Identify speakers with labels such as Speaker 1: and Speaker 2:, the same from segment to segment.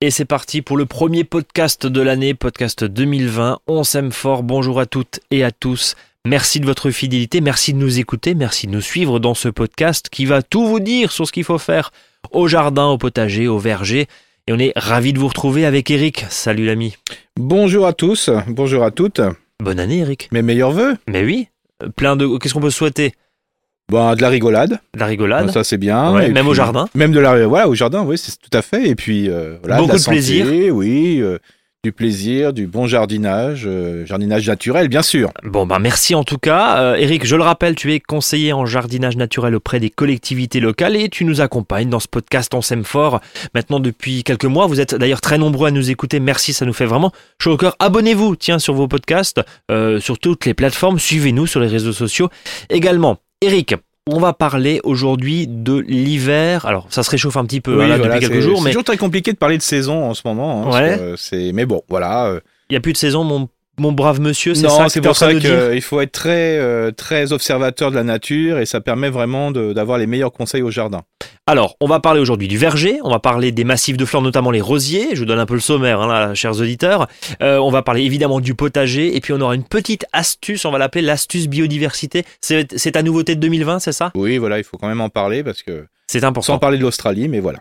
Speaker 1: Et c'est parti pour le premier podcast de l'année, podcast 2020. On s'aime fort. Bonjour à toutes et à tous. Merci de votre fidélité, merci de nous écouter, merci de nous suivre dans ce podcast qui va tout vous dire sur ce qu'il faut faire au jardin, au potager, au verger. Et on est ravi de vous retrouver avec Eric. Salut l'ami.
Speaker 2: Bonjour à tous, bonjour à toutes.
Speaker 1: Bonne année Eric.
Speaker 2: Mes meilleurs voeux.
Speaker 1: Mais oui, euh, plein de... Qu'est-ce qu'on peut souhaiter
Speaker 2: Bah, de la rigolade.
Speaker 1: De la rigolade,
Speaker 2: Ça, c'est bien.
Speaker 1: Ah, Ouais,
Speaker 2: Et
Speaker 1: même au
Speaker 2: puis-
Speaker 1: jardin.
Speaker 2: Même de la, voilà, au jardin, oui, c'est tout à fait. Et puis, euh, voilà,
Speaker 1: Beaucoup
Speaker 2: la
Speaker 1: de
Speaker 2: santé,
Speaker 1: plaisir.
Speaker 2: Oui, euh, du plaisir, du bon jardinage, euh, jardinage naturel, bien sûr.
Speaker 1: Bon, bah merci en tout cas. Euh, Eric, je le rappelle, tu es conseiller en jardinage naturel auprès des collectivités locales et tu nous accompagnes dans ce podcast On s'aime fort. Maintenant, depuis quelques mois, vous êtes d'ailleurs très nombreux à nous écouter. Merci, ça nous fait vraiment chaud au cœur. Abonnez-vous, tiens, sur vos podcasts, euh, sur toutes les plateformes. Suivez-nous sur les réseaux sociaux également. Eric, on va parler aujourd'hui de l'hiver. Alors, ça se réchauffe un petit peu hein,
Speaker 2: Oui,
Speaker 1: là,
Speaker 2: voilà,
Speaker 1: depuis
Speaker 2: c'est-
Speaker 1: quelques jours,
Speaker 2: c'est
Speaker 1: mais
Speaker 2: toujours très compliqué de parler de saison en ce moment. hein,
Speaker 1: Ouais.
Speaker 2: parce que, euh, c'est, mais bon, voilà. euh,
Speaker 1: il n'y a plus de saison, mon, mon brave monsieur. C'est
Speaker 2: non,
Speaker 1: ça
Speaker 2: c'est
Speaker 1: que t'es en
Speaker 2: pour
Speaker 1: train
Speaker 2: ça
Speaker 1: de dire
Speaker 2: qu'il faut être très, euh, très observateur de la nature et ça permet vraiment de- d'avoir les meilleurs conseils au jardin.
Speaker 1: Alors, on va parler aujourd'hui du verger, on va parler des massifs de fleurs, notamment les rosiers, je vous donne un peu le sommaire, hein, là, chers auditeurs. Euh, on va parler évidemment du potager, et puis on aura une petite astuce, on va l'appeler l'astuce biodiversité. C'est c'est ta nouveauté de 2020, c'est ça
Speaker 2: Oui, voilà, il faut quand même en parler parce que
Speaker 1: C'est
Speaker 2: sans
Speaker 1: important,
Speaker 2: parler de l'Australie, mais voilà.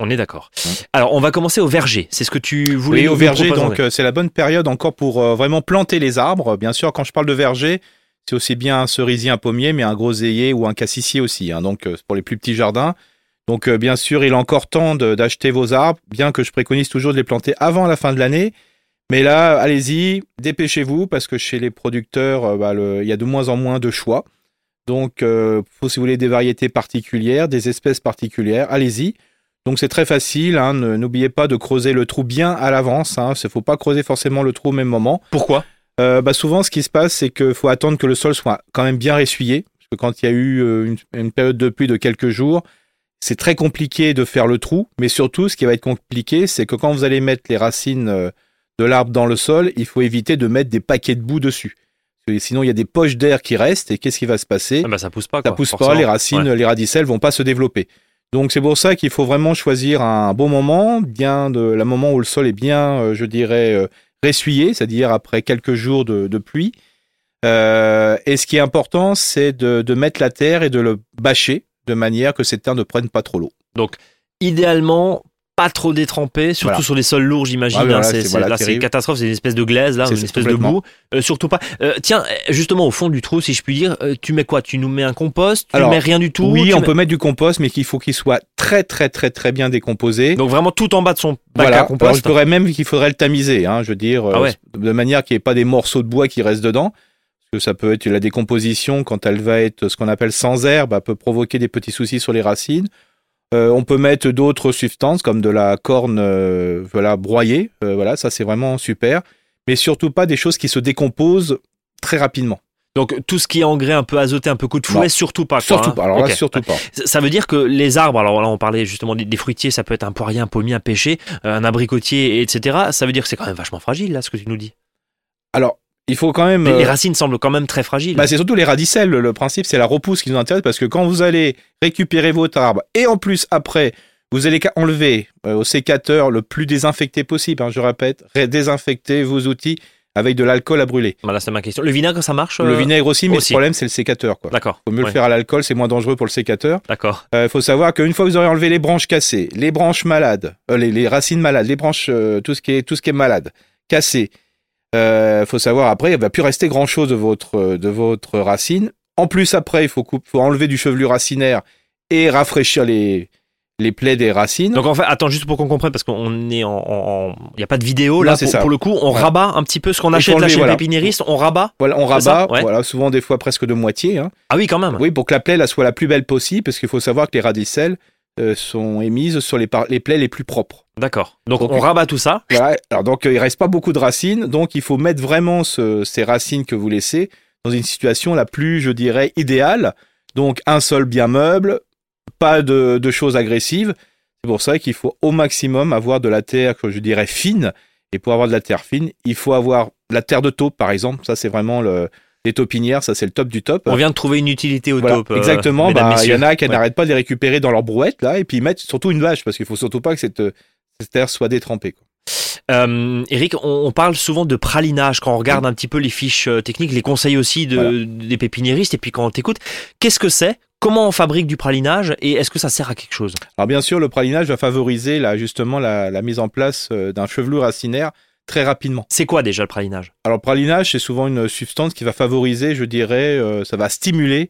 Speaker 1: on est d'accord.
Speaker 2: Mm.
Speaker 1: Alors, on va commencer au verger, c'est ce que tu voulais
Speaker 2: Oui,
Speaker 1: nous
Speaker 2: au verger,
Speaker 1: proposer.
Speaker 2: donc euh, c'est la bonne période encore pour euh, vraiment planter les arbres. Bien sûr, quand je parle de verger, c'est aussi bien un cerisier, un pommier, mais un groseillier ou un cassissier aussi. hein. donc euh, c'est pour les plus petits jardins. Donc euh, bien sûr, il est encore temps de- d'acheter vos arbres, bien que je préconise toujours de les planter avant la fin de l'année. Mais là, allez-y, dépêchez-vous parce que chez les producteurs, euh, bah, le- il y a de moins en moins de choix. Donc, euh, faut, si vous voulez des variétés particulières, des espèces particulières, allez-y. Donc c'est très facile, hein, ne- n'oubliez pas de creuser le trou bien à l'avance, il ne faut pas creuser forcément le trou au même moment.
Speaker 1: Pourquoi
Speaker 2: Euh, bah, souvent ce qui se passe c'est qu'il faut attendre que le sol soit quand même bien essuyé, parce que quand il y a eu euh, une, une période de pluie de quelques jours, c'est très compliqué de faire le trou, mais surtout ce qui va être compliqué c'est que quand vous allez mettre les racines euh, de l'arbre dans le sol, il faut éviter de mettre des paquets de boue dessus. Parce que Sinon il y a des poches d'air qui restent et qu'est-ce qui va se passer
Speaker 1: ah bah, Ça pousse pas,
Speaker 2: ça
Speaker 1: quoi,
Speaker 2: pousse
Speaker 1: forcément.
Speaker 2: pas, les racines,
Speaker 1: Ouais.
Speaker 2: les radicelles vont pas se développer. Donc c'est pour ça qu'il faut vraiment choisir un bon moment, bien de la moment où le sol est bien, euh, je dirais, euh, ressuyé, c'est-à-dire après quelques jours de, de pluie. Euh, et ce qui est important, c'est de, de mettre la terre et de le bâcher de manière que cette terre ne prenne pas trop l'eau.
Speaker 1: Idéalement, pas trop détrempé, surtout
Speaker 2: Voilà.
Speaker 1: sur les sols lourds, j'imagine.
Speaker 2: Ah oui,
Speaker 1: hein,
Speaker 2: voilà,
Speaker 1: c'est
Speaker 2: c'est-
Speaker 1: c'est-
Speaker 2: voilà,
Speaker 1: là, c'est une
Speaker 2: terrible.
Speaker 1: catastrophe, c'est une espèce de glaise, là,
Speaker 2: C'est-
Speaker 1: une
Speaker 2: c'est
Speaker 1: espèce de boue.
Speaker 2: complètement.
Speaker 1: Euh, surtout pas. Euh, tiens, euh, justement, au fond du trou, si je puis dire, euh, tu mets quoi Tu nous mets un compost Tu
Speaker 2: Alors,
Speaker 1: mets rien du tout
Speaker 2: oui,
Speaker 1: tu
Speaker 2: on
Speaker 1: mets-
Speaker 2: peut mettre du compost, mais qu'il faut qu'il soit très très très très bien décomposé.
Speaker 1: Donc vraiment tout en bas de son bac à
Speaker 2: Voilà. Alors, je
Speaker 1: compost.
Speaker 2: pourrais même qu'il faudrait le tamiser, hein, je veux dire,
Speaker 1: Ah
Speaker 2: euh,
Speaker 1: ouais.
Speaker 2: de manière qu'il n'y ait pas des morceaux de bois qui restent dedans. Parce que ça peut être la décomposition, quand elle va être ce qu'on appelle sans herbe, elle peut provoquer des petits soucis sur les racines. Euh, on peut mettre d'autres substances comme de la corne euh, voilà, broyée. Euh, voilà, ça c'est vraiment super. Mais surtout pas des choses qui se décomposent très rapidement.
Speaker 1: Donc tout ce qui est engrais un peu azoté, un peu coup de fouet,
Speaker 2: Non.
Speaker 1: surtout pas. quoi,
Speaker 2: surtout
Speaker 1: hein.
Speaker 2: pas. Alors
Speaker 1: Ok.
Speaker 2: là, surtout pas.
Speaker 1: Ça veut dire que les arbres, alors là on parlait justement des, des fruitiers, ça peut être un poirier, un pommier, un pêcher, euh, un abricotier, etc. Ça veut dire que c'est quand même vachement fragile là ce que tu nous dis.
Speaker 2: Alors, il faut quand même.
Speaker 1: Les, les
Speaker 2: euh,
Speaker 1: racines semblent quand même très fragiles.
Speaker 2: Bah, c'est surtout les radicelles. Le le principe, c'est la repousse qui nous intéresse parce que quand vous allez récupérer votre arbre et en plus après, vous allez qu'à enlever euh, au sécateur le plus désinfecté possible. hein, je répète, ré- désinfecter vos outils avec de l'alcool à brûler.
Speaker 1: Voilà, c'est ma question. Le vinaigre, ça marche
Speaker 2: Le
Speaker 1: euh,
Speaker 2: vinaigre aussi, mais
Speaker 1: aussi.
Speaker 2: le problème, c'est le sécateur. Quoi.
Speaker 1: D'accord.
Speaker 2: Faut mieux
Speaker 1: Ouais,
Speaker 2: le faire à l'alcool, c'est moins dangereux pour le sécateur.
Speaker 1: D'accord.
Speaker 2: Il Euh, faut savoir qu'une fois que vous aurez enlevé les branches cassées, les branches malades, euh, les, les racines malades, les branches, euh, tout, ce qui est, tout ce qui est malade, cassé, euh, faut savoir après, il va plus rester grand chose de votre, euh, de votre racine. En plus, après, il faut, coupe- faut enlever du chevelu racinaire et rafraîchir les, les plaies des racines.
Speaker 1: Donc en fait, attends juste pour qu'on comprenne parce qu'on est en, en- en- il y a pas de vidéo là
Speaker 2: Non, c'est
Speaker 1: pour,
Speaker 2: ça.
Speaker 1: pour le coup, on
Speaker 2: Ouais.
Speaker 1: rabat un petit peu ce qu'on
Speaker 2: Il faut
Speaker 1: achète là
Speaker 2: enlever,
Speaker 1: chez
Speaker 2: voilà.
Speaker 1: le pépiniériste, on rabat.
Speaker 2: voilà, on
Speaker 1: c'est ça,
Speaker 2: rabat,
Speaker 1: ouais.
Speaker 2: voilà, souvent des fois presque de moitié. hein.
Speaker 1: Ah oui, quand même.
Speaker 2: Oui, pour que la plaie là, soit la plus belle possible, parce qu'il faut savoir que les radicelles euh, sont émises sur les, par- les plaies les plus propres.
Speaker 1: D'accord. Donc
Speaker 2: Donc,
Speaker 1: on rabat tout ça.
Speaker 2: Voilà. Alors donc euh, il reste pas beaucoup de racines, donc il faut mettre vraiment ce- ces racines que vous laissez dans une situation la plus, je dirais, idéale. Donc un sol bien meuble, pas de, de choses agressives. C'est pour ça qu'il faut au maximum avoir de la terre que je dirais fine. Et pour avoir de la terre fine, il faut avoir de la terre de taupe par exemple. Ça c'est vraiment le, les taupinières, ça c'est le top du top.
Speaker 1: On vient de trouver une utilité au
Speaker 2: Voilà,
Speaker 1: top. euh,
Speaker 2: exactement.
Speaker 1: mesdames,
Speaker 2: Bah, il y en a qui
Speaker 1: Ouais.
Speaker 2: n'arrêtent pas de les récupérer dans leur brouette là, et puis ils mettent surtout une vache parce qu'il faut surtout pas que cette c'est-à-dire soit détrempé. quoi.
Speaker 1: Euh, Eric, on, on parle souvent de pralinage quand on regarde un petit peu les fiches euh, techniques, les conseils aussi de,
Speaker 2: Voilà.
Speaker 1: des pépiniéristes et puis quand on t'écoute. Qu'est-ce que c'est Comment on fabrique du pralinage et est-ce que ça sert à quelque chose
Speaker 2: Alors bien sûr, le pralinage va favoriser là, justement la, la mise en place euh, d'un chevelu racinaire très rapidement.
Speaker 1: C'est quoi déjà le pralinage
Speaker 2: Alors, pralinage, c'est souvent une substance qui va favoriser, je dirais, euh, ça va stimuler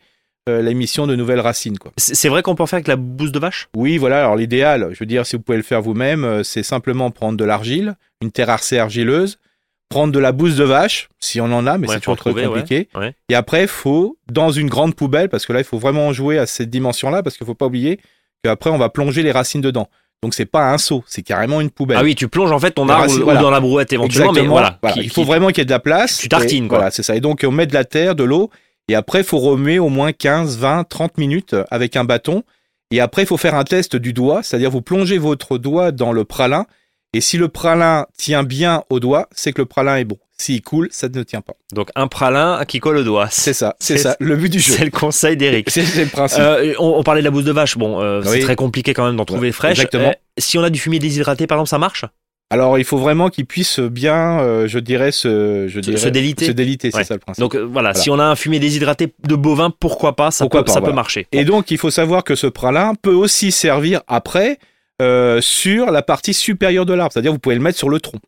Speaker 2: euh, l'émission de nouvelles racines. Quoi.
Speaker 1: C'est c'est vrai qu'on peut en faire avec la bouse de vache
Speaker 2: Oui, voilà, alors l'idéal, je veux dire, si vous pouvez le faire vous-même, euh, c'est simplement prendre de l'argile, une terre arcée argileuse, prendre de la bouse de vache, si on en a, mais
Speaker 1: Ouais,
Speaker 2: c'est
Speaker 1: faut
Speaker 2: toujours trop
Speaker 1: trouver, ouais,
Speaker 2: compliqué.
Speaker 1: ouais.
Speaker 2: Et après, faut, dans une grande poubelle, parce que là, il faut vraiment jouer à cette dimension-là, parce qu'il faut pas oublier qu'après, on va plonger les racines dedans. Donc, c'est pas un seau, c'est carrément une poubelle.
Speaker 1: Ah oui, tu plonges en fait ton
Speaker 2: La
Speaker 1: arbre
Speaker 2: racine,
Speaker 1: ou
Speaker 2: voilà.
Speaker 1: dans la brouette éventuellement,
Speaker 2: Exactement.
Speaker 1: mais voilà. qui-
Speaker 2: il faut
Speaker 1: qui-
Speaker 2: vraiment qu'il y ait de la place.
Speaker 1: Tu tartines,
Speaker 2: Et
Speaker 1: quoi.
Speaker 2: Voilà, c'est ça. Et donc, euh, on met de la terre, de l'eau, et après, il faut remuer au moins 15, 20, 30 minutes euh, avec un bâton. Et après, il faut faire un test du doigt, c'est-à-dire vous plongez votre doigt dans le pralin, et si le pralin tient bien au doigt, c'est que le pralin est bon. S'il coule, ça ne tient pas.
Speaker 1: Donc un pralin qui colle le doigt.
Speaker 2: C'est ça, c'est
Speaker 1: C'est-
Speaker 2: ça, le but du jeu.
Speaker 1: C'est le conseil d'Eric.
Speaker 2: C'est c'est le principe.
Speaker 1: Euh, on, on parlait de la bouse de vache, bon, euh, c'est
Speaker 2: Ah Oui.
Speaker 1: très compliqué quand même d'en trouver fraîche.
Speaker 2: exactement.
Speaker 1: Euh, si on a du fumier déshydraté, par exemple, ça marche
Speaker 2: Alors, il faut vraiment qu'il puisse bien, euh, je dirais, se, je
Speaker 1: Se-
Speaker 2: dirais,
Speaker 1: se déliter.
Speaker 2: Se déliter, c'est
Speaker 1: Ouais.
Speaker 2: ça le principe.
Speaker 1: Donc euh, voilà,
Speaker 2: Voilà.
Speaker 1: si on a un fumier déshydraté de bovin, pourquoi pas Ça,
Speaker 2: Pourquoi
Speaker 1: peut,
Speaker 2: pas,
Speaker 1: ça
Speaker 2: voilà.
Speaker 1: peut marcher.
Speaker 2: Et donc, il faut savoir que ce pralin peut aussi servir après euh, sur la partie supérieure de l'arbre, c'est-à-dire vous pouvez le mettre sur le tronc.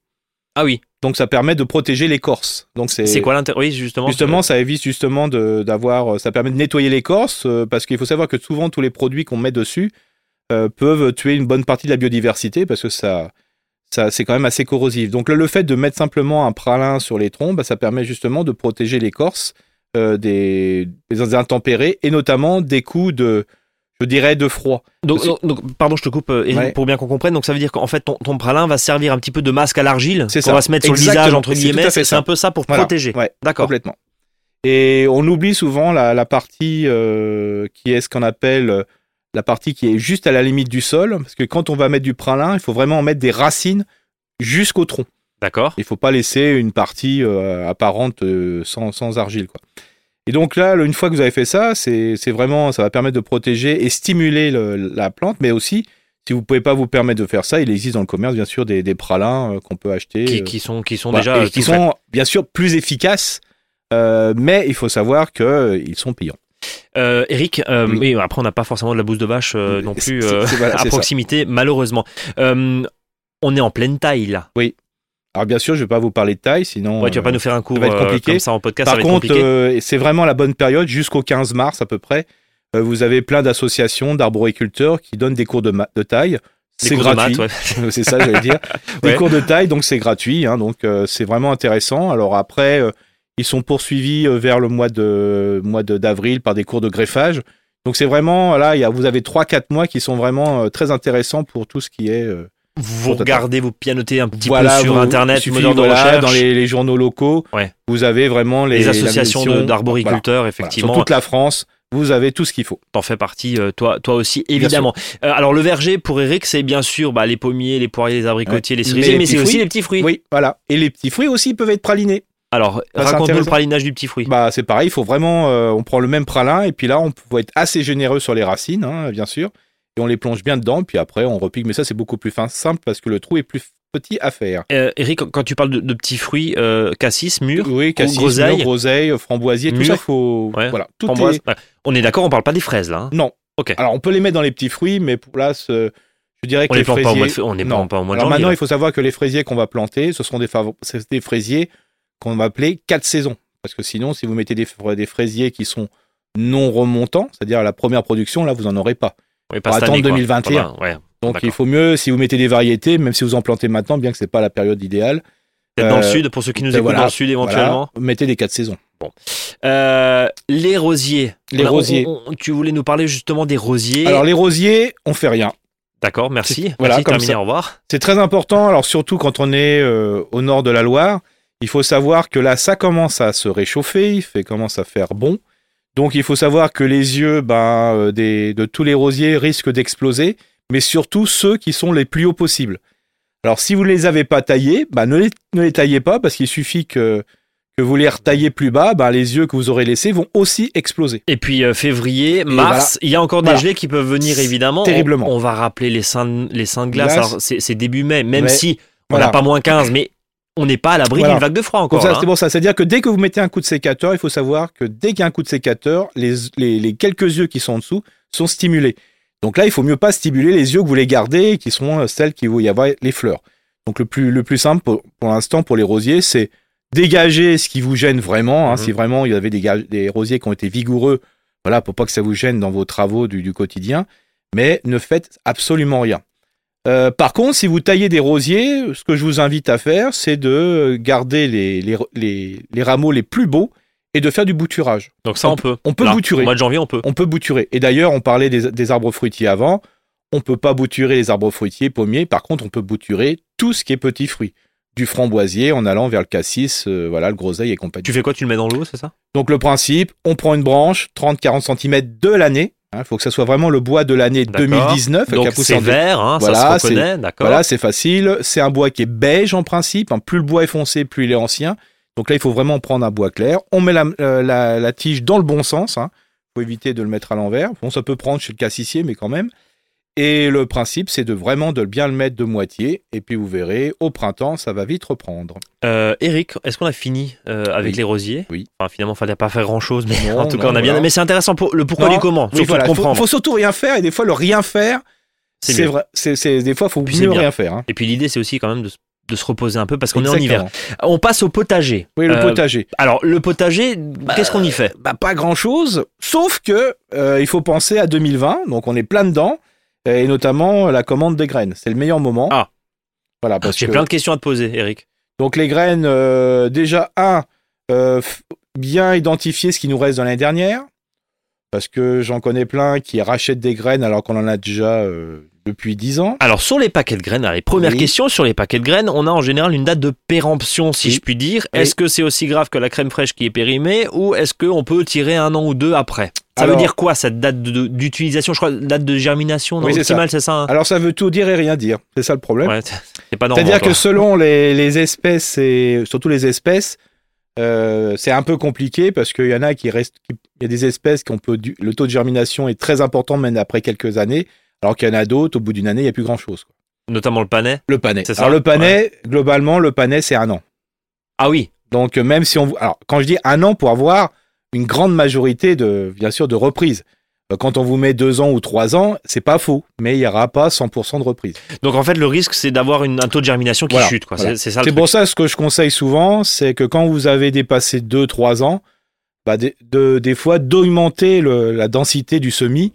Speaker 1: ah oui,
Speaker 2: Donc, ça permet de protéger l'écorce. Donc, c'est
Speaker 1: c'est quoi l'intérêt Oui, justement.
Speaker 2: Justement, ça évite justement de- d'avoir, euh, ça permet de nettoyer l'écorce euh, parce qu'il faut savoir que souvent tous les produits qu'on met dessus euh, peuvent tuer une bonne partie de la biodiversité parce que ça, ça c'est quand même assez corrosif. Donc le, le fait de mettre simplement un pralin sur les troncs, bah, ça permet justement de protéger l'écorce euh, des, des intempéries et notamment des coups de, je dirais, de froid.
Speaker 1: Euh, Donc,
Speaker 2: c'est-
Speaker 1: donc- donc, pardon, je te coupe euh, Eric,
Speaker 2: Ouais.
Speaker 1: pour bien qu'on comprenne. Donc ça veut dire qu'en fait, ton, ton pralin va servir un petit peu de masque à l'argile
Speaker 2: C'est
Speaker 1: qu'on
Speaker 2: ça.
Speaker 1: va se mettre sur le
Speaker 2: Exactement.
Speaker 1: visage entre
Speaker 2: Et c'est tout à
Speaker 1: guillemets.
Speaker 2: fait
Speaker 1: C'est
Speaker 2: ça.
Speaker 1: un peu ça pour
Speaker 2: Voilà.
Speaker 1: protéger.
Speaker 2: Ouais.
Speaker 1: D'accord.
Speaker 2: Complètement. Et on oublie souvent la, la partie euh, qui est ce qu'on appelle euh, la partie qui est juste à la limite du sol, parce que quand on va mettre du pralin, il faut vraiment en mettre des racines jusqu'au tronc.
Speaker 1: D'accord.
Speaker 2: Il faut pas laisser une partie euh, apparente euh, sans, sans argile. Quoi. Et donc là, le- une fois que vous avez fait ça, c'est c'est vraiment, ça va permettre de protéger et stimuler le- la plante, mais aussi, si vous pouvez pas vous permettre de faire ça, il existe dans le commerce, bien sûr, des, des pralins euh, qu'on peut acheter.
Speaker 1: Qui,
Speaker 2: euh,
Speaker 1: qui sont qui sont
Speaker 2: voilà,
Speaker 1: déjà
Speaker 2: et
Speaker 1: euh,
Speaker 2: qui
Speaker 1: tout faits.
Speaker 2: sont bien sûr plus efficaces, euh, mais il faut savoir que euh, ils sont payants.
Speaker 1: Euh, Eric, euh, oui.
Speaker 2: Oui.
Speaker 1: Après, on n'a pas forcément de la bouse de vache euh, non
Speaker 2: Mm. C'est-
Speaker 1: plus
Speaker 2: c'est-
Speaker 1: euh,
Speaker 2: c'est- voilà,
Speaker 1: à
Speaker 2: c'est ça.
Speaker 1: proximité, malheureusement. Euh, on est en pleine taille là.
Speaker 2: Alors bien sûr, je vais pas vous parler de taille, sinon.
Speaker 1: Ouais, tu vas pas
Speaker 2: euh,
Speaker 1: nous faire un cours
Speaker 2: va être
Speaker 1: euh,
Speaker 2: compliqué.
Speaker 1: comme ça en podcast. ça
Speaker 2: Par
Speaker 1: va être
Speaker 2: contre,
Speaker 1: compliqué.
Speaker 2: euh, c'est vraiment la bonne période jusqu'au 15 mars à peu près. euh, vous avez plein d'associations d'arboriculteurs qui donnent des cours de, ma- de taille.
Speaker 1: Des
Speaker 2: C'est
Speaker 1: cours de
Speaker 2: gratuit.
Speaker 1: maths, ouais.
Speaker 2: c'est ça, j'allais dire. Des
Speaker 1: Ouais.
Speaker 2: cours de taille, donc c'est gratuit. hein, donc euh, c'est vraiment intéressant. Alors après, euh, ils sont poursuivis euh, vers le mois de mois de- d'avril par des cours de greffage. Donc c'est vraiment là, il y a, vous avez trois quatre mois qui sont vraiment euh, très intéressants pour tout ce qui est euh,
Speaker 1: vous
Speaker 2: Totalement.
Speaker 1: regardez, vous pianotez un petit
Speaker 2: voilà
Speaker 1: peu sur
Speaker 2: vous-
Speaker 1: Internet,
Speaker 2: il suffit,
Speaker 1: moteur de
Speaker 2: voilà,
Speaker 1: recherche,
Speaker 2: dans les, les journaux locaux.
Speaker 1: Ouais.
Speaker 2: Vous avez vraiment les,
Speaker 1: les associations de-
Speaker 2: la mission. Voilà,
Speaker 1: d'arboriculteurs,
Speaker 2: voilà.
Speaker 1: effectivement.
Speaker 2: sur toute la France, vous avez tout ce qu'il faut.
Speaker 1: T'en fais partie, euh, toi, toi aussi, évidemment. Euh, alors le verger pour Eric, c'est bien sûr bah, les pommiers, les poiriers, les abricotiers, les
Speaker 2: Mais
Speaker 1: cerisiers,
Speaker 2: les
Speaker 1: mais c'est
Speaker 2: petits
Speaker 1: aussi
Speaker 2: fruits.
Speaker 1: les petits fruits.
Speaker 2: Oui, voilà. Et les petits fruits aussi peuvent être pralinés.
Speaker 1: Alors
Speaker 2: Ça, c'est
Speaker 1: raconte-nous le
Speaker 2: intéressant.
Speaker 1: pralinage du petit fruit.
Speaker 2: Bah, c'est pareil, il faut vraiment. euh, on prend le même pralin, et puis là, on peut être assez généreux sur les racines, hein, bien sûr, et on les plonge bien dedans, puis après, on repique. Mais ça, c'est beaucoup plus fin, simple parce que le trou est plus petit à faire.
Speaker 1: Euh, Eric, quand tu parles de, de petits fruits, euh, cassis, mûr,
Speaker 2: Oui, cassis,
Speaker 1: groseille.
Speaker 2: mûre, groseille, framboisier, tout
Speaker 1: Mûre.
Speaker 2: ça, faut.
Speaker 1: Ouais.
Speaker 2: Voilà, tout
Speaker 1: framboise.
Speaker 2: est.
Speaker 1: Ouais. On est d'accord, on parle pas des fraises là. hein.
Speaker 2: Non.
Speaker 1: Ok.
Speaker 2: Alors, on peut les mettre dans les petits fruits, mais pour là, ce- je dirais que
Speaker 1: On les
Speaker 2: les
Speaker 1: plante
Speaker 2: fraisiers.
Speaker 1: pas au mois de, fe- on les
Speaker 2: Non.
Speaker 1: plante pas au mois de
Speaker 2: Alors
Speaker 1: janvier,
Speaker 2: maintenant,
Speaker 1: là.
Speaker 2: il faut savoir que les fraisiers qu'on va planter, ce seront des, favo- c'est des fraisiers qu'on va appeler quatre saisons. Parce que sinon, si vous mettez des, fra- des fraisiers qui sont non remontants, c'est-à-dire à la première production, là, vous en aurez pas.
Speaker 1: Oui, pas
Speaker 2: faut
Speaker 1: cette année,
Speaker 2: attendre
Speaker 1: quoi.
Speaker 2: 2021.
Speaker 1: Ah ben, ouais.
Speaker 2: Donc
Speaker 1: D'accord.
Speaker 2: il faut mieux, si vous mettez des variétés, même si vous en plantez maintenant, bien que c'est pas la période idéale,
Speaker 1: Peut-être dans le
Speaker 2: Euh,
Speaker 1: sud, pour ceux qui nous
Speaker 2: ben
Speaker 1: écoutent
Speaker 2: voilà,
Speaker 1: dans le sud éventuellement.
Speaker 2: voilà, mettez des quatre saisons.
Speaker 1: Euh, les rosiers.
Speaker 2: Les
Speaker 1: On a- on-
Speaker 2: rosiers.
Speaker 1: on- on- tu voulais nous parler justement des rosiers.
Speaker 2: Alors les rosiers, on fait rien.
Speaker 1: D'accord, merci.
Speaker 2: Voilà,
Speaker 1: merci,
Speaker 2: comme
Speaker 1: terminé,
Speaker 2: ça.
Speaker 1: au revoir.
Speaker 2: C'est très important, alors surtout quand on est euh, au nord de la Loire, il faut savoir que là, ça commence à se réchauffer, il fait, commence à faire bon. Donc il faut savoir que les yeux ben, euh, des, de tous les rosiers risquent d'exploser, mais surtout ceux qui sont les plus hauts possibles. Alors si vous ne les avez pas taillés, ben, ne, les, ne les taillez pas, parce qu'il suffit que, que vous les retaillez plus bas, ben, les yeux que vous aurez laissés vont aussi exploser.
Speaker 1: Et puis euh, février, mars,
Speaker 2: voilà.
Speaker 1: il y a encore des
Speaker 2: Voilà.
Speaker 1: gelées qui peuvent venir évidemment. On-
Speaker 2: Terriblement.
Speaker 1: On, va rappeler les seins de, les seins de glace.
Speaker 2: Glace.
Speaker 1: Alors, c'est c'est début mai, même
Speaker 2: Mais
Speaker 1: si on n'a
Speaker 2: Voilà.
Speaker 1: pas moins 15, mais on n'est pas à l'abri
Speaker 2: Voilà.
Speaker 1: d'une vague de froid
Speaker 2: Comme
Speaker 1: encore.
Speaker 2: ça,
Speaker 1: là,
Speaker 2: c'est
Speaker 1: hein.
Speaker 2: pour ça. C'est-à-dire que dès que vous mettez un coup de sécateur, il faut savoir que dès qu'il y a un coup de sécateur, les, les, les quelques yeux qui sont en dessous sont stimulés. Donc là, il faut mieux pas stimuler les yeux que vous les gardez, qui sont euh, celles qui vont y avoir les fleurs. Donc le plus, le plus simple pour, pour l'instant pour les rosiers, c'est dégager ce qui vous gêne vraiment. hein.
Speaker 1: Mhm.
Speaker 2: Si vraiment il y avait des, ga- des rosiers qui ont été vigoureux, voilà, pour pas que ça vous gêne dans vos travaux du, du quotidien, mais ne faites absolument rien. Euh, par contre, si vous taillez des rosiers, ce que je vous invite à faire, c'est de garder les, les, les- les rameaux les plus beaux et de faire du bouturage.
Speaker 1: Donc ça, on peut.
Speaker 2: on peut
Speaker 1: Là,
Speaker 2: bouturer.
Speaker 1: Au mois de janvier, on peut.
Speaker 2: On peut bouturer. Et d'ailleurs, on parlait des, des arbres fruitiers avant. On peut pas bouturer les arbres fruitiers, pommiers. Par contre, on peut bouturer tout ce qui est petits fruits. Du framboisier en allant vers le cassis, euh, voilà, le groseille et compagnie.
Speaker 1: Tu fais quoi Tu le mets dans l'eau, c'est ça
Speaker 2: Donc le principe, on prend une branche, 30-40 cm de l'année. Il faut que ça soit vraiment le bois de l'année
Speaker 1: D'accord.
Speaker 2: 2019. qui a
Speaker 1: Donc
Speaker 2: poussé
Speaker 1: c'est
Speaker 2: en dé-
Speaker 1: vert, hein, ça
Speaker 2: Voilà,
Speaker 1: se reconnaît, d'accord.
Speaker 2: Voilà, c'est facile. C'est un bois qui est beige en principe. hein. Plus le bois est foncé, plus il est ancien. Donc là, il faut vraiment prendre un bois clair. On met la, euh, la- la tige dans le bon sens. Il faut éviter de le mettre à l'envers. Bon, ça peut prendre chez le cassissier, mais quand même. Et le principe, c'est de vraiment de bien le mettre de moitié. Et puis vous verrez, au printemps, ça va vite reprendre.
Speaker 1: Euh, Eric, est-ce qu'on a fini euh, avec
Speaker 2: Oui.
Speaker 1: les rosiers
Speaker 2: Oui.
Speaker 1: Enfin, finalement, fallait pas faire grand-chose, mais
Speaker 2: Non,
Speaker 1: en tout cas,
Speaker 2: non,
Speaker 1: on a bien.
Speaker 2: voilà.
Speaker 1: Mais c'est intéressant pour le pourquoi
Speaker 2: Non.
Speaker 1: du comment.
Speaker 2: Il
Speaker 1: surtout de
Speaker 2: faut,
Speaker 1: comprendre.
Speaker 2: faut surtout rien faire. Et des fois, le rien faire,
Speaker 1: C'est
Speaker 2: c'est
Speaker 1: mieux.
Speaker 2: vrai. c'est- c'est- des fois, il faut
Speaker 1: Puis c'est
Speaker 2: mieux
Speaker 1: bien.
Speaker 2: rien faire. hein.
Speaker 1: Et puis l'idée, c'est aussi quand même de, se- de se reposer un peu parce qu'on est en
Speaker 2: Exactement.
Speaker 1: hiver. On passe au potager.
Speaker 2: Oui, le
Speaker 1: Euh,
Speaker 2: potager.
Speaker 1: Alors, le potager, qu'est-ce qu'on y fait
Speaker 2: bah, pas grand chose, sauf que euh, il faut penser à 2020, donc on est plein dedans, et notamment euh, la commande des graines. C'est le meilleur moment.
Speaker 1: Ah.
Speaker 2: Voilà, parce
Speaker 1: J'ai
Speaker 2: que-
Speaker 1: plein de questions à te poser, Eric.
Speaker 2: donc les graines, euh, déjà, un, euh, f- bien identifier ce qui nous reste dans l'année dernière, parce que j'en connais plein qui rachètent des graines alors qu'on en a déjà euh, depuis 10 ans.
Speaker 1: Alors, sur les paquets de graines, allez, première
Speaker 2: Oui.
Speaker 1: question, sur les paquets de graines, on a en général une date de péremption, si
Speaker 2: Oui.
Speaker 1: je puis dire.
Speaker 2: Oui.
Speaker 1: Est-ce que c'est aussi grave que la crème fraîche qui est périmée ou est-ce qu'on peut tirer un an ou deux après Ça
Speaker 2: Alors-
Speaker 1: veut dire quoi, cette date de- d'utilisation Je crois, date de germination, non
Speaker 2: Oui, c'est
Speaker 1: optimale, c'est ça hein
Speaker 2: Alors ça veut tout dire et rien dire, c'est ça le problème.
Speaker 1: Ouais, t'es- t'es pas dans le
Speaker 2: C'est-à-dire
Speaker 1: vent,
Speaker 2: que
Speaker 1: toi.
Speaker 2: selon les, les espèces et surtout les espèces, euh, c'est un peu compliqué parce qu'il y en a qui restent, qui- il y a des espèces qu'on peut, du- le taux de germination est très important même après quelques années, alors qu'il y en a d'autres au bout d'une année il n'y a plus grand chose.
Speaker 1: Notamment le panais.
Speaker 2: Le panais.
Speaker 1: C'est ça,
Speaker 2: Alors le panais, globalement le panais c'est un an.
Speaker 1: Ah oui,
Speaker 2: Donc euh, même si on, alors quand je dis un an pour avoir une grande majorité de, bien sûr, de reprises. Euh, Quand on vous met deux ans ou trois ans, c'est pas faux, mais il n'y aura pas 100% de reprises.
Speaker 1: donc en fait, le risque, c'est d'avoir une- un taux de germination qui
Speaker 2: Voilà,
Speaker 1: chute. quoi.
Speaker 2: voilà.
Speaker 1: C'est- C'est ça le
Speaker 2: C'est
Speaker 1: truc.
Speaker 2: pour ça ce que je conseille souvent, c'est que quand vous avez dépassé 2-3 ans, bah, des- de- des fois d'augmenter le- la densité du semis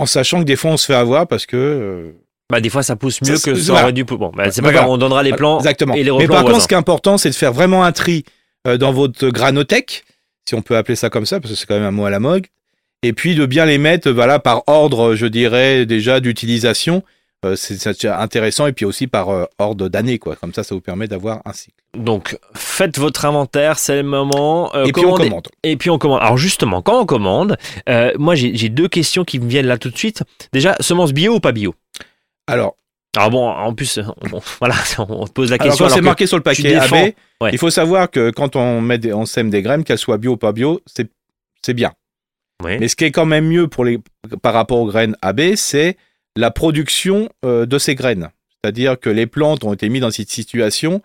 Speaker 2: en sachant que des fois on se fait avoir parce que euh,
Speaker 1: Bah, des fois, ça pousse mieux
Speaker 2: Ça,
Speaker 1: que
Speaker 2: c'est-
Speaker 1: ça
Speaker 2: voilà.
Speaker 1: aurait dû. pou- Bon, bah, c'est pas
Speaker 2: Voilà.
Speaker 1: grave, on donnera les plans.
Speaker 2: exactement.
Speaker 1: et les
Speaker 2: Mais
Speaker 1: replans
Speaker 2: par
Speaker 1: au
Speaker 2: contre,
Speaker 1: hasard.
Speaker 2: ce qui est important, c'est de faire vraiment un tri euh, dans votre granothèque, si on peut appeler ça comme ça, parce que c'est quand même un mot à la mode, et puis de bien les mettre, voilà, par ordre, je dirais déjà d'utilisation. Euh, c'est c'est intéressant et puis aussi par euh, ordre d'année, quoi. Comme ça, ça vous permet d'avoir un cycle.
Speaker 1: Donc, faites votre inventaire, c'est le moment. euh,
Speaker 2: et puis on
Speaker 1: commandez-
Speaker 2: commande.
Speaker 1: Et puis on commande. Alors justement, quand on commande, euh, moi j'ai j'ai deux questions qui me viennent là tout de suite. Déjà, semence bio ou pas bio
Speaker 2: Alors,
Speaker 1: Alors bon, en plus, on- on- voilà, on te pose la
Speaker 2: Alors,
Speaker 1: question.
Speaker 2: quand c'est
Speaker 1: alors que-
Speaker 2: marqué sur le
Speaker 1: tu
Speaker 2: paquet AB,
Speaker 1: défends. Ouais.
Speaker 2: il faut savoir que quand on, met des- on sème des graines, qu'elles soient bio ou pas bio, c'est c'est bien.
Speaker 1: Oui.
Speaker 2: Mais ce qui est quand même mieux pour les, par rapport aux graines AB, c'est la production euh, de ces graines. C'est-à-dire que les plantes ont été mises dans cette situation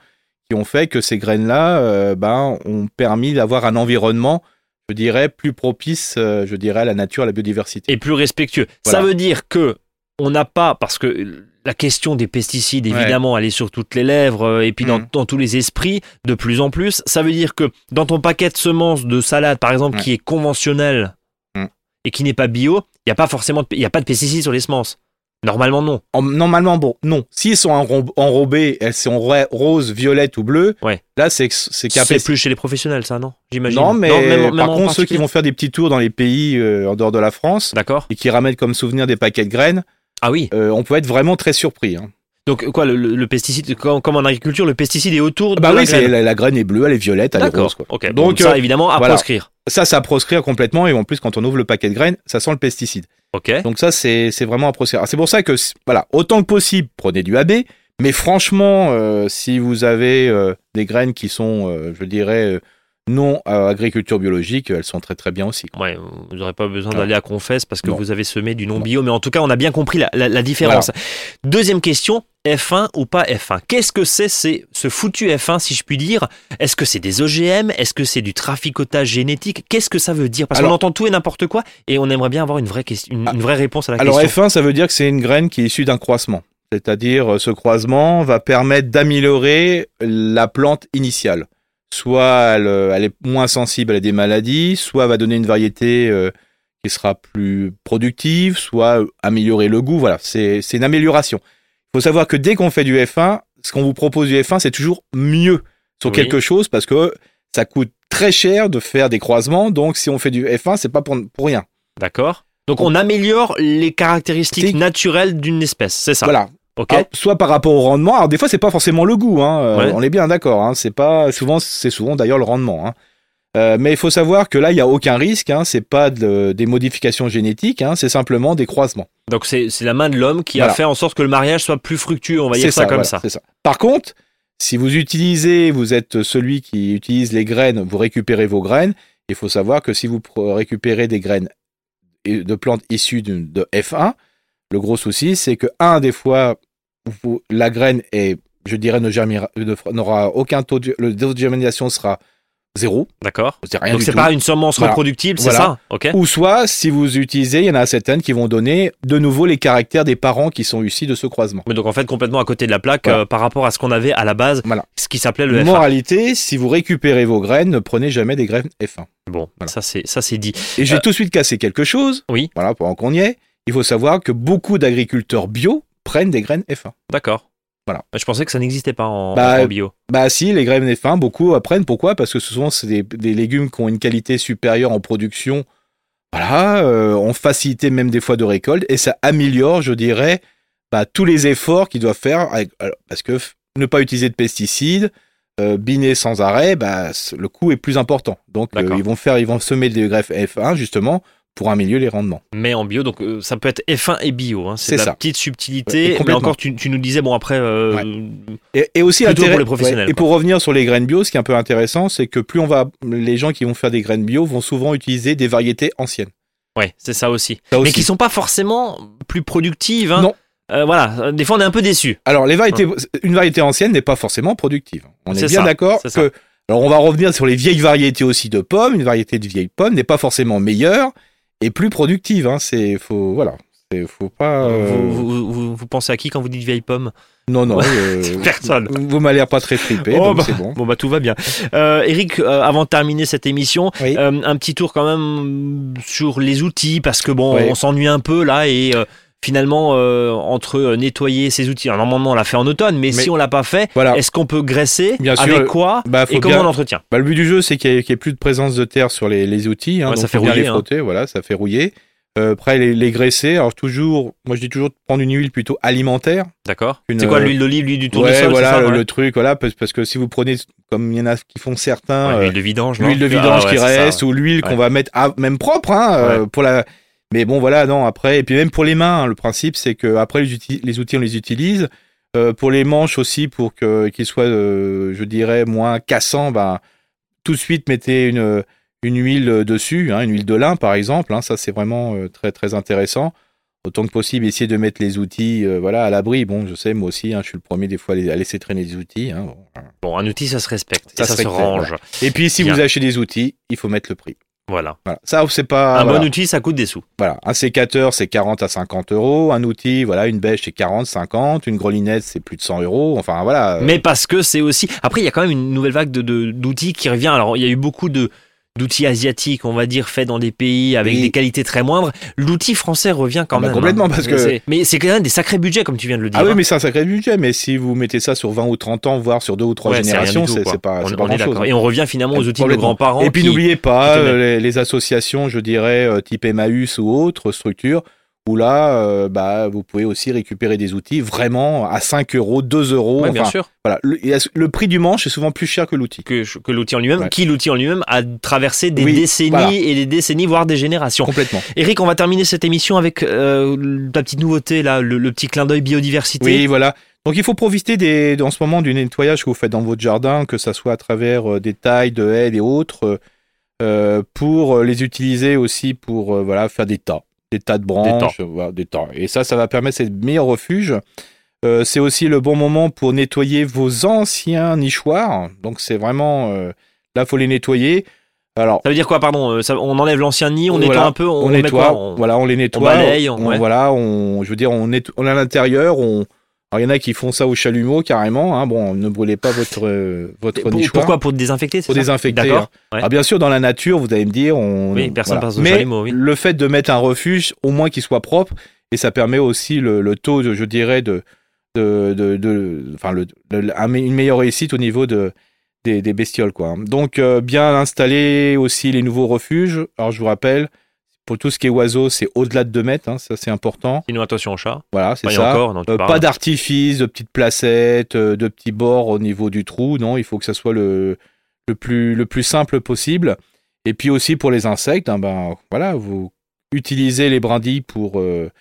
Speaker 2: qui ont fait que ces graines-là euh, ben, ont permis d'avoir un environnement, je dirais, plus propice, euh, je dirais, à la nature, à la biodiversité.
Speaker 1: et plus respectueux. Ça
Speaker 2: Voilà.
Speaker 1: veut dire que on n'a pas, parce que la question des pesticides,
Speaker 2: Ouais.
Speaker 1: évidemment, elle est sur toutes les lèvres euh, et puis dans,
Speaker 2: Mhm.
Speaker 1: dans tous les esprits de plus en plus. Ça veut dire que dans ton paquet de semences de salade, par exemple,
Speaker 2: Ouais.
Speaker 1: qui est conventionnel
Speaker 2: Mhm.
Speaker 1: et qui n'est pas bio, il n'y a pas forcément, de- il n'y a pas de pesticides sur les semences. Normalement non.
Speaker 2: En- normalement, bon, non. S'ils sont enro- enrobés, elles sont ra- roses, violettes ou bleues,
Speaker 1: Ouais.
Speaker 2: là, c'est c'est qu'un
Speaker 1: C'est plus chez les professionnels, ça, non J'imagine.
Speaker 2: Non, mais
Speaker 1: même- même
Speaker 2: par
Speaker 1: en
Speaker 2: contre, ceux qui
Speaker 1: particulier.
Speaker 2: vont faire des petits tours dans les pays euh, en dehors de la France
Speaker 1: D'accord.
Speaker 2: et qui ramènent comme souvenir des paquets de graines,
Speaker 1: Ah oui.
Speaker 2: euh, on peut être vraiment très surpris. hein.
Speaker 1: Donc quoi, le, le- le pesticide, comme, comme en agriculture, le pesticide est autour de
Speaker 2: Bah
Speaker 1: la
Speaker 2: oui, c'est-
Speaker 1: graine.
Speaker 2: la, la graine est bleue, elle est violette, elle est
Speaker 1: D'accord.
Speaker 2: rose. quoi.
Speaker 1: Ok. Donc
Speaker 2: Donc,
Speaker 1: ça,
Speaker 2: euh,
Speaker 1: évidemment, à
Speaker 2: voilà.
Speaker 1: proscrire.
Speaker 2: Ça, ça à proscrire complètement et en plus, quand on ouvre le paquet de graines, ça sent le pesticide.
Speaker 1: Ok.
Speaker 2: Donc ça, c'est c'est vraiment à proscrire. Alors, C'est pour ça que, c- voilà, autant que possible, prenez du AB, mais franchement, euh, si vous avez euh, des graines qui sont, euh, je dirais, euh, non euh, agriculture biologique, elles sont très très bien aussi. quoi.
Speaker 1: Ouais, vous n'aurez pas besoin
Speaker 2: Ouais.
Speaker 1: d'aller à Confesse parce que
Speaker 2: Non.
Speaker 1: vous avez semé du non
Speaker 2: Non.
Speaker 1: bio, mais en tout cas, on a bien compris la, la- la différence. Deuxième question, F1 ou pas F1 Qu'est-ce que c'est c'est ce foutu F1, si je puis dire Est-ce que c'est des OGM Est-ce que c'est du traficotage génétique Qu'est-ce que ça veut dire Parce qu'on
Speaker 2: Alors-
Speaker 1: entend tout et n'importe quoi et on aimerait bien avoir une vraie, question, une,
Speaker 2: Ah.
Speaker 1: une vraie réponse à la
Speaker 2: Alors
Speaker 1: question.
Speaker 2: F1, ça veut dire que c'est une graine qui est issue d'un croisement. C'est-à-dire euh, ce croisement va permettre d'améliorer la plante initiale. Soit elle, euh, elle est moins sensible à des maladies, soit elle va donner une variété euh, qui sera plus productive, soit euh, améliorer le goût. Voilà, c'est c'est une amélioration. Il faut savoir que dès qu'on fait du F1, ce qu'on vous propose du F1, c'est toujours mieux sur
Speaker 1: Oui.
Speaker 2: quelque chose parce que ça coûte très cher de faire des croisements. Donc si on fait du F1, c'est pas pour, pour rien.
Speaker 1: D'accord Donc on améliore les caractéristiques
Speaker 2: Tic.
Speaker 1: naturelles d'une espèce, c'est ça
Speaker 2: Voilà,
Speaker 1: Ok
Speaker 2: Ah, soit par rapport au rendement. Alors des fois, c'est pas forcément le goût. hein. Euh,
Speaker 1: Ouais.
Speaker 2: On est bien d'accord. hein. C'est pas souvent, c'est souvent d'ailleurs le rendement. hein. Euh, mais il faut savoir que là, il y a aucun risque. Hein. C'est pas de- des modifications génétiques. hein. C'est simplement des croisements.
Speaker 1: Donc c'est c'est la main de l'homme qui a
Speaker 2: Voilà.
Speaker 1: fait en sorte que le mariage soit plus fructueux, on va dire ça, comme
Speaker 2: voilà,
Speaker 1: ça.
Speaker 2: c'est Par contre, si vous utilisez, vous êtes celui qui utilise les graines, vous récupérez vos graines. Il faut savoir que si vous pr- récupérez des graines et- de plantes issues d'une- de F1, le gros souci, c'est que, un, des fois, vous- la graine est, je dirais, ne germira- ne fera- n'aura aucun taux de, le taux de germination sera zéro.
Speaker 1: D'accord
Speaker 2: C'est rien
Speaker 1: Donc
Speaker 2: du
Speaker 1: c'est
Speaker 2: tout.
Speaker 1: pas une semence
Speaker 2: Voilà.
Speaker 1: reproductible, c'est
Speaker 2: Voilà.
Speaker 1: ça Ok
Speaker 2: Ou soit, si vous utilisez, il y en a certaines qui vont donner de nouveau les caractères des parents qui sont issus de ce croisement.
Speaker 1: Mais donc en fait complètement à côté de la plaque
Speaker 2: Voilà.
Speaker 1: euh, par rapport à ce qu'on avait à la base,
Speaker 2: Voilà.
Speaker 1: ce qui s'appelait le F1.
Speaker 2: Moralité, si vous récupérez vos graines, ne prenez jamais des graines F1.
Speaker 1: Bon,
Speaker 2: Voilà.
Speaker 1: ça c'est ça c'est dit.
Speaker 2: Et j'ai
Speaker 1: Euh,
Speaker 2: tout de suite cassé quelque chose.
Speaker 1: Oui.
Speaker 2: Voilà, pendant qu'on y est, il faut savoir que beaucoup d'agriculteurs bio prennent des graines F1.
Speaker 1: D'accord.
Speaker 2: Voilà.
Speaker 1: Je pensais que ça n'existait pas en,
Speaker 2: Bah,
Speaker 1: en bio.
Speaker 2: Bah si, les graines F1, beaucoup apprennent. Pourquoi Parce que ce sont c'est des, des légumes qui ont une qualité supérieure en production. Voilà, euh, ont facilité même des fois de récolte et ça améliore, je dirais, bah, tous les efforts qu'ils doivent faire. avec- alors, parce que f- ne pas utiliser de pesticides, euh, biner sans arrêt, bah, c- le coût est plus important. Donc euh,
Speaker 1: D'accord.
Speaker 2: ils vont faire, ils vont semer des greffes F1 justement pour améliorer les rendements.
Speaker 1: Mais en bio, donc euh, ça peut être F1 et bio. hein. C'est
Speaker 2: C'est
Speaker 1: la
Speaker 2: ça.
Speaker 1: petite subtilité.
Speaker 2: Ouais, et
Speaker 1: mais
Speaker 2: complètement.
Speaker 1: encore, tu, tu nous disais, bon après, euh,
Speaker 2: Et, et aussi
Speaker 1: Plutôt pour
Speaker 2: l'intérêt-
Speaker 1: les professionnels,
Speaker 2: et
Speaker 1: quoi.
Speaker 2: pour revenir sur les graines bio, ce qui est un peu intéressant, c'est que plus on va, les gens qui vont faire des graines bio vont souvent utiliser des variétés anciennes.
Speaker 1: ouais, c'est ça aussi.
Speaker 2: Ça
Speaker 1: Mais
Speaker 2: aussi.
Speaker 1: qui sont pas forcément plus productives. hein.
Speaker 2: Non.
Speaker 1: Euh, voilà, des fois on est un peu déçu.
Speaker 2: Alors, les variétés, une variété ancienne n'est pas forcément productive. On est,
Speaker 1: Hein. C'est
Speaker 2: bien
Speaker 1: ça,
Speaker 2: d'accord
Speaker 1: c'est ça.
Speaker 2: que. Alors, on va revenir sur les vieilles variétés aussi de pommes. Une variété de vieilles pommes n'est pas forcément meilleure et plus productive. Hein. C'est faut voilà, c'est faut pas. euh,
Speaker 1: Vous, vous- vous- vous pensez à qui quand vous dites vieille pomme
Speaker 2: Non non. euh,
Speaker 1: Personne.
Speaker 2: Vous, vous m'avez l'air pas très fripé,
Speaker 1: Oh,
Speaker 2: donc
Speaker 1: bah.
Speaker 2: c'est bon.
Speaker 1: Bon bah tout va bien. Euh, Eric, euh, avant de terminer cette émission,
Speaker 2: Oui.
Speaker 1: euh, un petit tour quand même sur les outils parce que bon,
Speaker 2: Oui.
Speaker 1: on s'ennuie un peu là et euh, finalement euh, entre euh, nettoyer ces outils, alors, normalement on l'a fait en automne, mais,
Speaker 2: Mais-
Speaker 1: si on l'a pas fait,
Speaker 2: Voilà.
Speaker 1: est-ce qu'on peut graisser
Speaker 2: Bien sûr,
Speaker 1: avec
Speaker 2: euh,
Speaker 1: quoi
Speaker 2: Bah, faut
Speaker 1: et comment
Speaker 2: bien-
Speaker 1: on l'entretient
Speaker 2: Bah, le but du jeu, c'est qu'il n'y ait, qu'il y ait plus de présence de terre sur les, les outils. Hein,
Speaker 1: Ouais,
Speaker 2: donc
Speaker 1: ça fait
Speaker 2: faut bien
Speaker 1: rouiller,
Speaker 2: les
Speaker 1: hein.
Speaker 2: frotter, voilà, ça fait rouiller. Euh, après, les, les graisser. Alors, toujours, moi, je dis toujours de prendre une huile plutôt alimentaire.
Speaker 1: D'accord.
Speaker 2: Une,
Speaker 1: C'est quoi
Speaker 2: euh,
Speaker 1: l'huile d'olive, l'huile du tournesol,
Speaker 2: Ouais,
Speaker 1: c'est
Speaker 2: voilà,
Speaker 1: ça,
Speaker 2: le,
Speaker 1: ouais
Speaker 2: le truc, voilà, parce, parce que si vous prenez, comme il y en a qui font certains,
Speaker 1: Ouais,
Speaker 2: euh,
Speaker 1: L'huile de vidange, non
Speaker 2: l'huile de
Speaker 1: Ah,
Speaker 2: vidange
Speaker 1: ouais,
Speaker 2: qui
Speaker 1: c'est ça,
Speaker 2: reste, ou l'huile
Speaker 1: Ouais.
Speaker 2: qu'on va mettre, à- même propre, hein, euh, pour la. Mais bon, voilà, non, après, et puis même pour les mains, hein, le principe, c'est que après les, uti- les outils, on les utilise. Euh, pour les manches aussi, pour que qu'ils soient, euh, je dirais, moins cassants, bah, tout de suite, mettez une, une huile dessus, hein, une huile de lin, par exemple. hein, ça, c'est vraiment euh, très, très intéressant autant que possible essayer de mettre les outils euh, voilà à l'abri bon je sais moi aussi hein, je suis le premier des fois à les- à laisser traîner les outils hein, bon.
Speaker 1: Bon, un outil ça se respecte,
Speaker 2: Ça
Speaker 1: et ça
Speaker 2: se
Speaker 1: se,
Speaker 2: respecte,
Speaker 1: range.
Speaker 2: et puis si
Speaker 1: Bien.
Speaker 2: vous achetez des outils il faut mettre le prix
Speaker 1: Voilà.
Speaker 2: voilà ça c'est pas
Speaker 1: un
Speaker 2: Ah, voilà.
Speaker 1: bon outil ça coûte des sous.
Speaker 2: Voilà. un sécateur c'est 40 à 50 euros un outil voilà une bêche c'est 40 50 une grelinette c'est plus de 100 euros enfin voilà euh,
Speaker 1: Mais parce que c'est aussi. Après, il y a quand même une nouvelle vague de- de- d'outils qui revient. Alors, il y a eu beaucoup de d'outils asiatiques, on va dire, faits dans des pays avec
Speaker 2: Oui.
Speaker 1: des qualités très moindres. L'outil français revient quand
Speaker 2: Ah bah
Speaker 1: même.
Speaker 2: complètement, parce que-
Speaker 1: C'est- Mais c'est quand même des sacrés budgets, comme tu viens de le dire.
Speaker 2: ah oui mais c'est un sacré budget mais si vous mettez ça sur 20 ou 30 ans voire sur deux ou trois
Speaker 1: Ouais, c'est hein. rien du
Speaker 2: générations
Speaker 1: tout,
Speaker 2: c'est
Speaker 1: quoi.
Speaker 2: c'est pas
Speaker 1: On-
Speaker 2: c'est pas
Speaker 1: on est
Speaker 2: grand chose
Speaker 1: d'accord. Et on revient finalement aux outils de nos
Speaker 2: Complètement.
Speaker 1: grands-parents.
Speaker 2: Et puis
Speaker 1: qui-
Speaker 2: n'oubliez pas
Speaker 1: qui tenaient.
Speaker 2: euh, les, les associations, je dirais, euh, type Emmaüs ou autres structures, où là, euh, bah, vous pouvez aussi récupérer des outils vraiment à 5 euros, 2 euros.
Speaker 1: Ouais, bien
Speaker 2: enfin,
Speaker 1: sûr.
Speaker 2: voilà. le, il y a- le prix du manche est souvent plus cher que l'outil.
Speaker 1: Que, que l'outil en lui-même,
Speaker 2: Ouais.
Speaker 1: qui l'outil en lui-même a traversé des
Speaker 2: Oui,
Speaker 1: décennies
Speaker 2: voilà.
Speaker 1: et des décennies, voire des générations.
Speaker 2: Complètement.
Speaker 1: Eric, on va terminer cette émission avec euh, ta petite nouveauté, là, le, le petit clin d'œil biodiversité.
Speaker 2: Oui, voilà. Donc il faut profiter des, en ce moment du nettoyage que vous faites dans votre jardin, que ça soit à travers euh, des tailles de haies et autres, euh, pour euh, les utiliser aussi pour euh, voilà faire des tas, des tas de branches, euh, voilà, des tas. Et ça, ça va permettre ces meilleurs refuges. Euh, c'est aussi le bon moment pour nettoyer vos anciens nichoirs. Donc c'est vraiment euh, là, faut les nettoyer. Alors
Speaker 1: Ça veut dire quoi, pardon euh, ça- On enlève l'ancien nid, on
Speaker 2: Voilà.
Speaker 1: nettoie un peu, on,
Speaker 2: on,
Speaker 1: met
Speaker 2: nettoie,
Speaker 1: quoi On-
Speaker 2: voilà, on les nettoie,
Speaker 1: balaye, on- ouais.
Speaker 2: voilà, on, je veux dire, on nettoie, on est à l'intérieur, on, alors, il y en a qui font ça au chalumeau carrément, hein, bon, ne brûlez pas votre, euh, votre
Speaker 1: Pour-
Speaker 2: nichoir
Speaker 1: pourquoi Pour désinfecter c'est
Speaker 2: pour
Speaker 1: ça
Speaker 2: désinfecter.
Speaker 1: D'accord.
Speaker 2: hein.
Speaker 1: ouais.
Speaker 2: Ah, bien sûr, dans la nature, vous allez me dire, on,
Speaker 1: Oui, personne passe au
Speaker 2: Mais
Speaker 1: chalumeau, oui.
Speaker 2: le fait de mettre un refuge, au moins qu'il soit propre, et ça permet aussi le, le taux, de, je dirais, de, de, de, de- enfin, le, le- un me- une meilleure réussite au niveau de, des, des bestioles, quoi. Donc, euh, bien installer aussi les nouveaux refuges. Alors, je vous rappelle, pour tout ce qui est oiseaux, c'est au-delà de 2 mètres, hein, ça c'est important.
Speaker 1: Sinon, attention au chat.
Speaker 2: Voilà, c'est
Speaker 1: Enfin, il y a
Speaker 2: ça.
Speaker 1: encore, non, tu
Speaker 2: Euh,
Speaker 1: parles.
Speaker 2: pas d'artifice, de petites placettes, euh, de petits bords au niveau du trou. Non, il faut que ça soit le, le, plus, le plus simple possible. Et puis aussi pour les insectes, hein, ben, voilà, vous utilisez les brindilles pour, euh,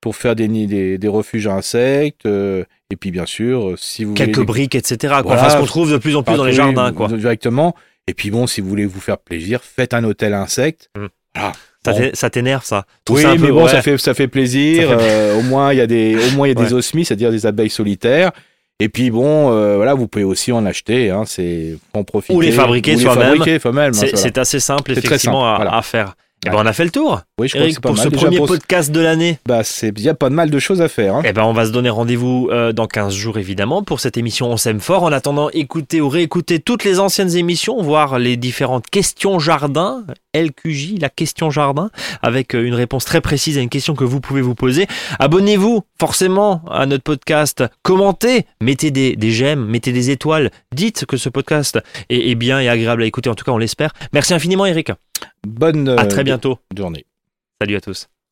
Speaker 2: pour faire des, nids- des, des refuges à insectes. euh, et puis bien sûr, euh, si vous
Speaker 1: Quelques
Speaker 2: voulez-
Speaker 1: briques, etc. Quoi.
Speaker 2: Voilà. Ah,
Speaker 1: Enfin, ce qu'on trouve de plus en plus dans les
Speaker 2: Partout,
Speaker 1: jardins, quoi.
Speaker 2: Directement. Et puis bon, si vous voulez vous faire plaisir, faites un hôtel à insectes.
Speaker 1: Mm.
Speaker 2: Voilà.
Speaker 1: Ça
Speaker 2: Bon.
Speaker 1: t'é- Ça t'énerve, ça. Je trouve
Speaker 2: Oui,
Speaker 1: ça un
Speaker 2: mais
Speaker 1: peu-
Speaker 2: bon,
Speaker 1: ouais.
Speaker 2: ça fait ça fait plaisir.
Speaker 1: Ça fait
Speaker 2: Euh, au moins, il y a des au moins il y a
Speaker 1: Ouais.
Speaker 2: des osmies, c'est-à-dire des abeilles solitaires. Et puis bon, euh, voilà, vous pouvez aussi en acheter. Hein, c'est en profiter.
Speaker 1: Ou les fabriquer
Speaker 2: Ou les
Speaker 1: soi-même.
Speaker 2: fabriquer soi-même, hein,
Speaker 1: C'est
Speaker 2: voilà.
Speaker 1: c'est assez simple,
Speaker 2: C'est très
Speaker 1: effectivement,
Speaker 2: simple,
Speaker 1: à,
Speaker 2: voilà.
Speaker 1: à faire. Eh
Speaker 2: Ouais.
Speaker 1: ben, on a fait le tour,
Speaker 2: Oui, je crois que
Speaker 1: Eric,
Speaker 2: c'est pas
Speaker 1: pour
Speaker 2: mal.
Speaker 1: ce
Speaker 2: Déjà,
Speaker 1: premier
Speaker 2: pour ce-
Speaker 1: podcast de l'année.
Speaker 2: bah, c'est il y a pas mal de choses à faire. hein.
Speaker 1: Eh ben, on va se donner rendez-vous euh, dans 15 jours, évidemment, pour cette émission On s'aime fort. En attendant, écoutez ou réécoutez toutes les anciennes émissions, voir les différentes questions jardin, LQJ, la question jardin, avec euh, une réponse très précise à une question que vous pouvez vous poser. Abonnez-vous, forcément, à notre podcast. Commentez, mettez des, des j'aime, mettez des étoiles. Dites que ce podcast est, est bien et agréable à écouter. En tout cas, on l'espère. Merci infiniment, Eric.
Speaker 2: Bonne
Speaker 1: À
Speaker 2: euh,
Speaker 1: très bientôt.
Speaker 2: journée.
Speaker 1: Salut à tous.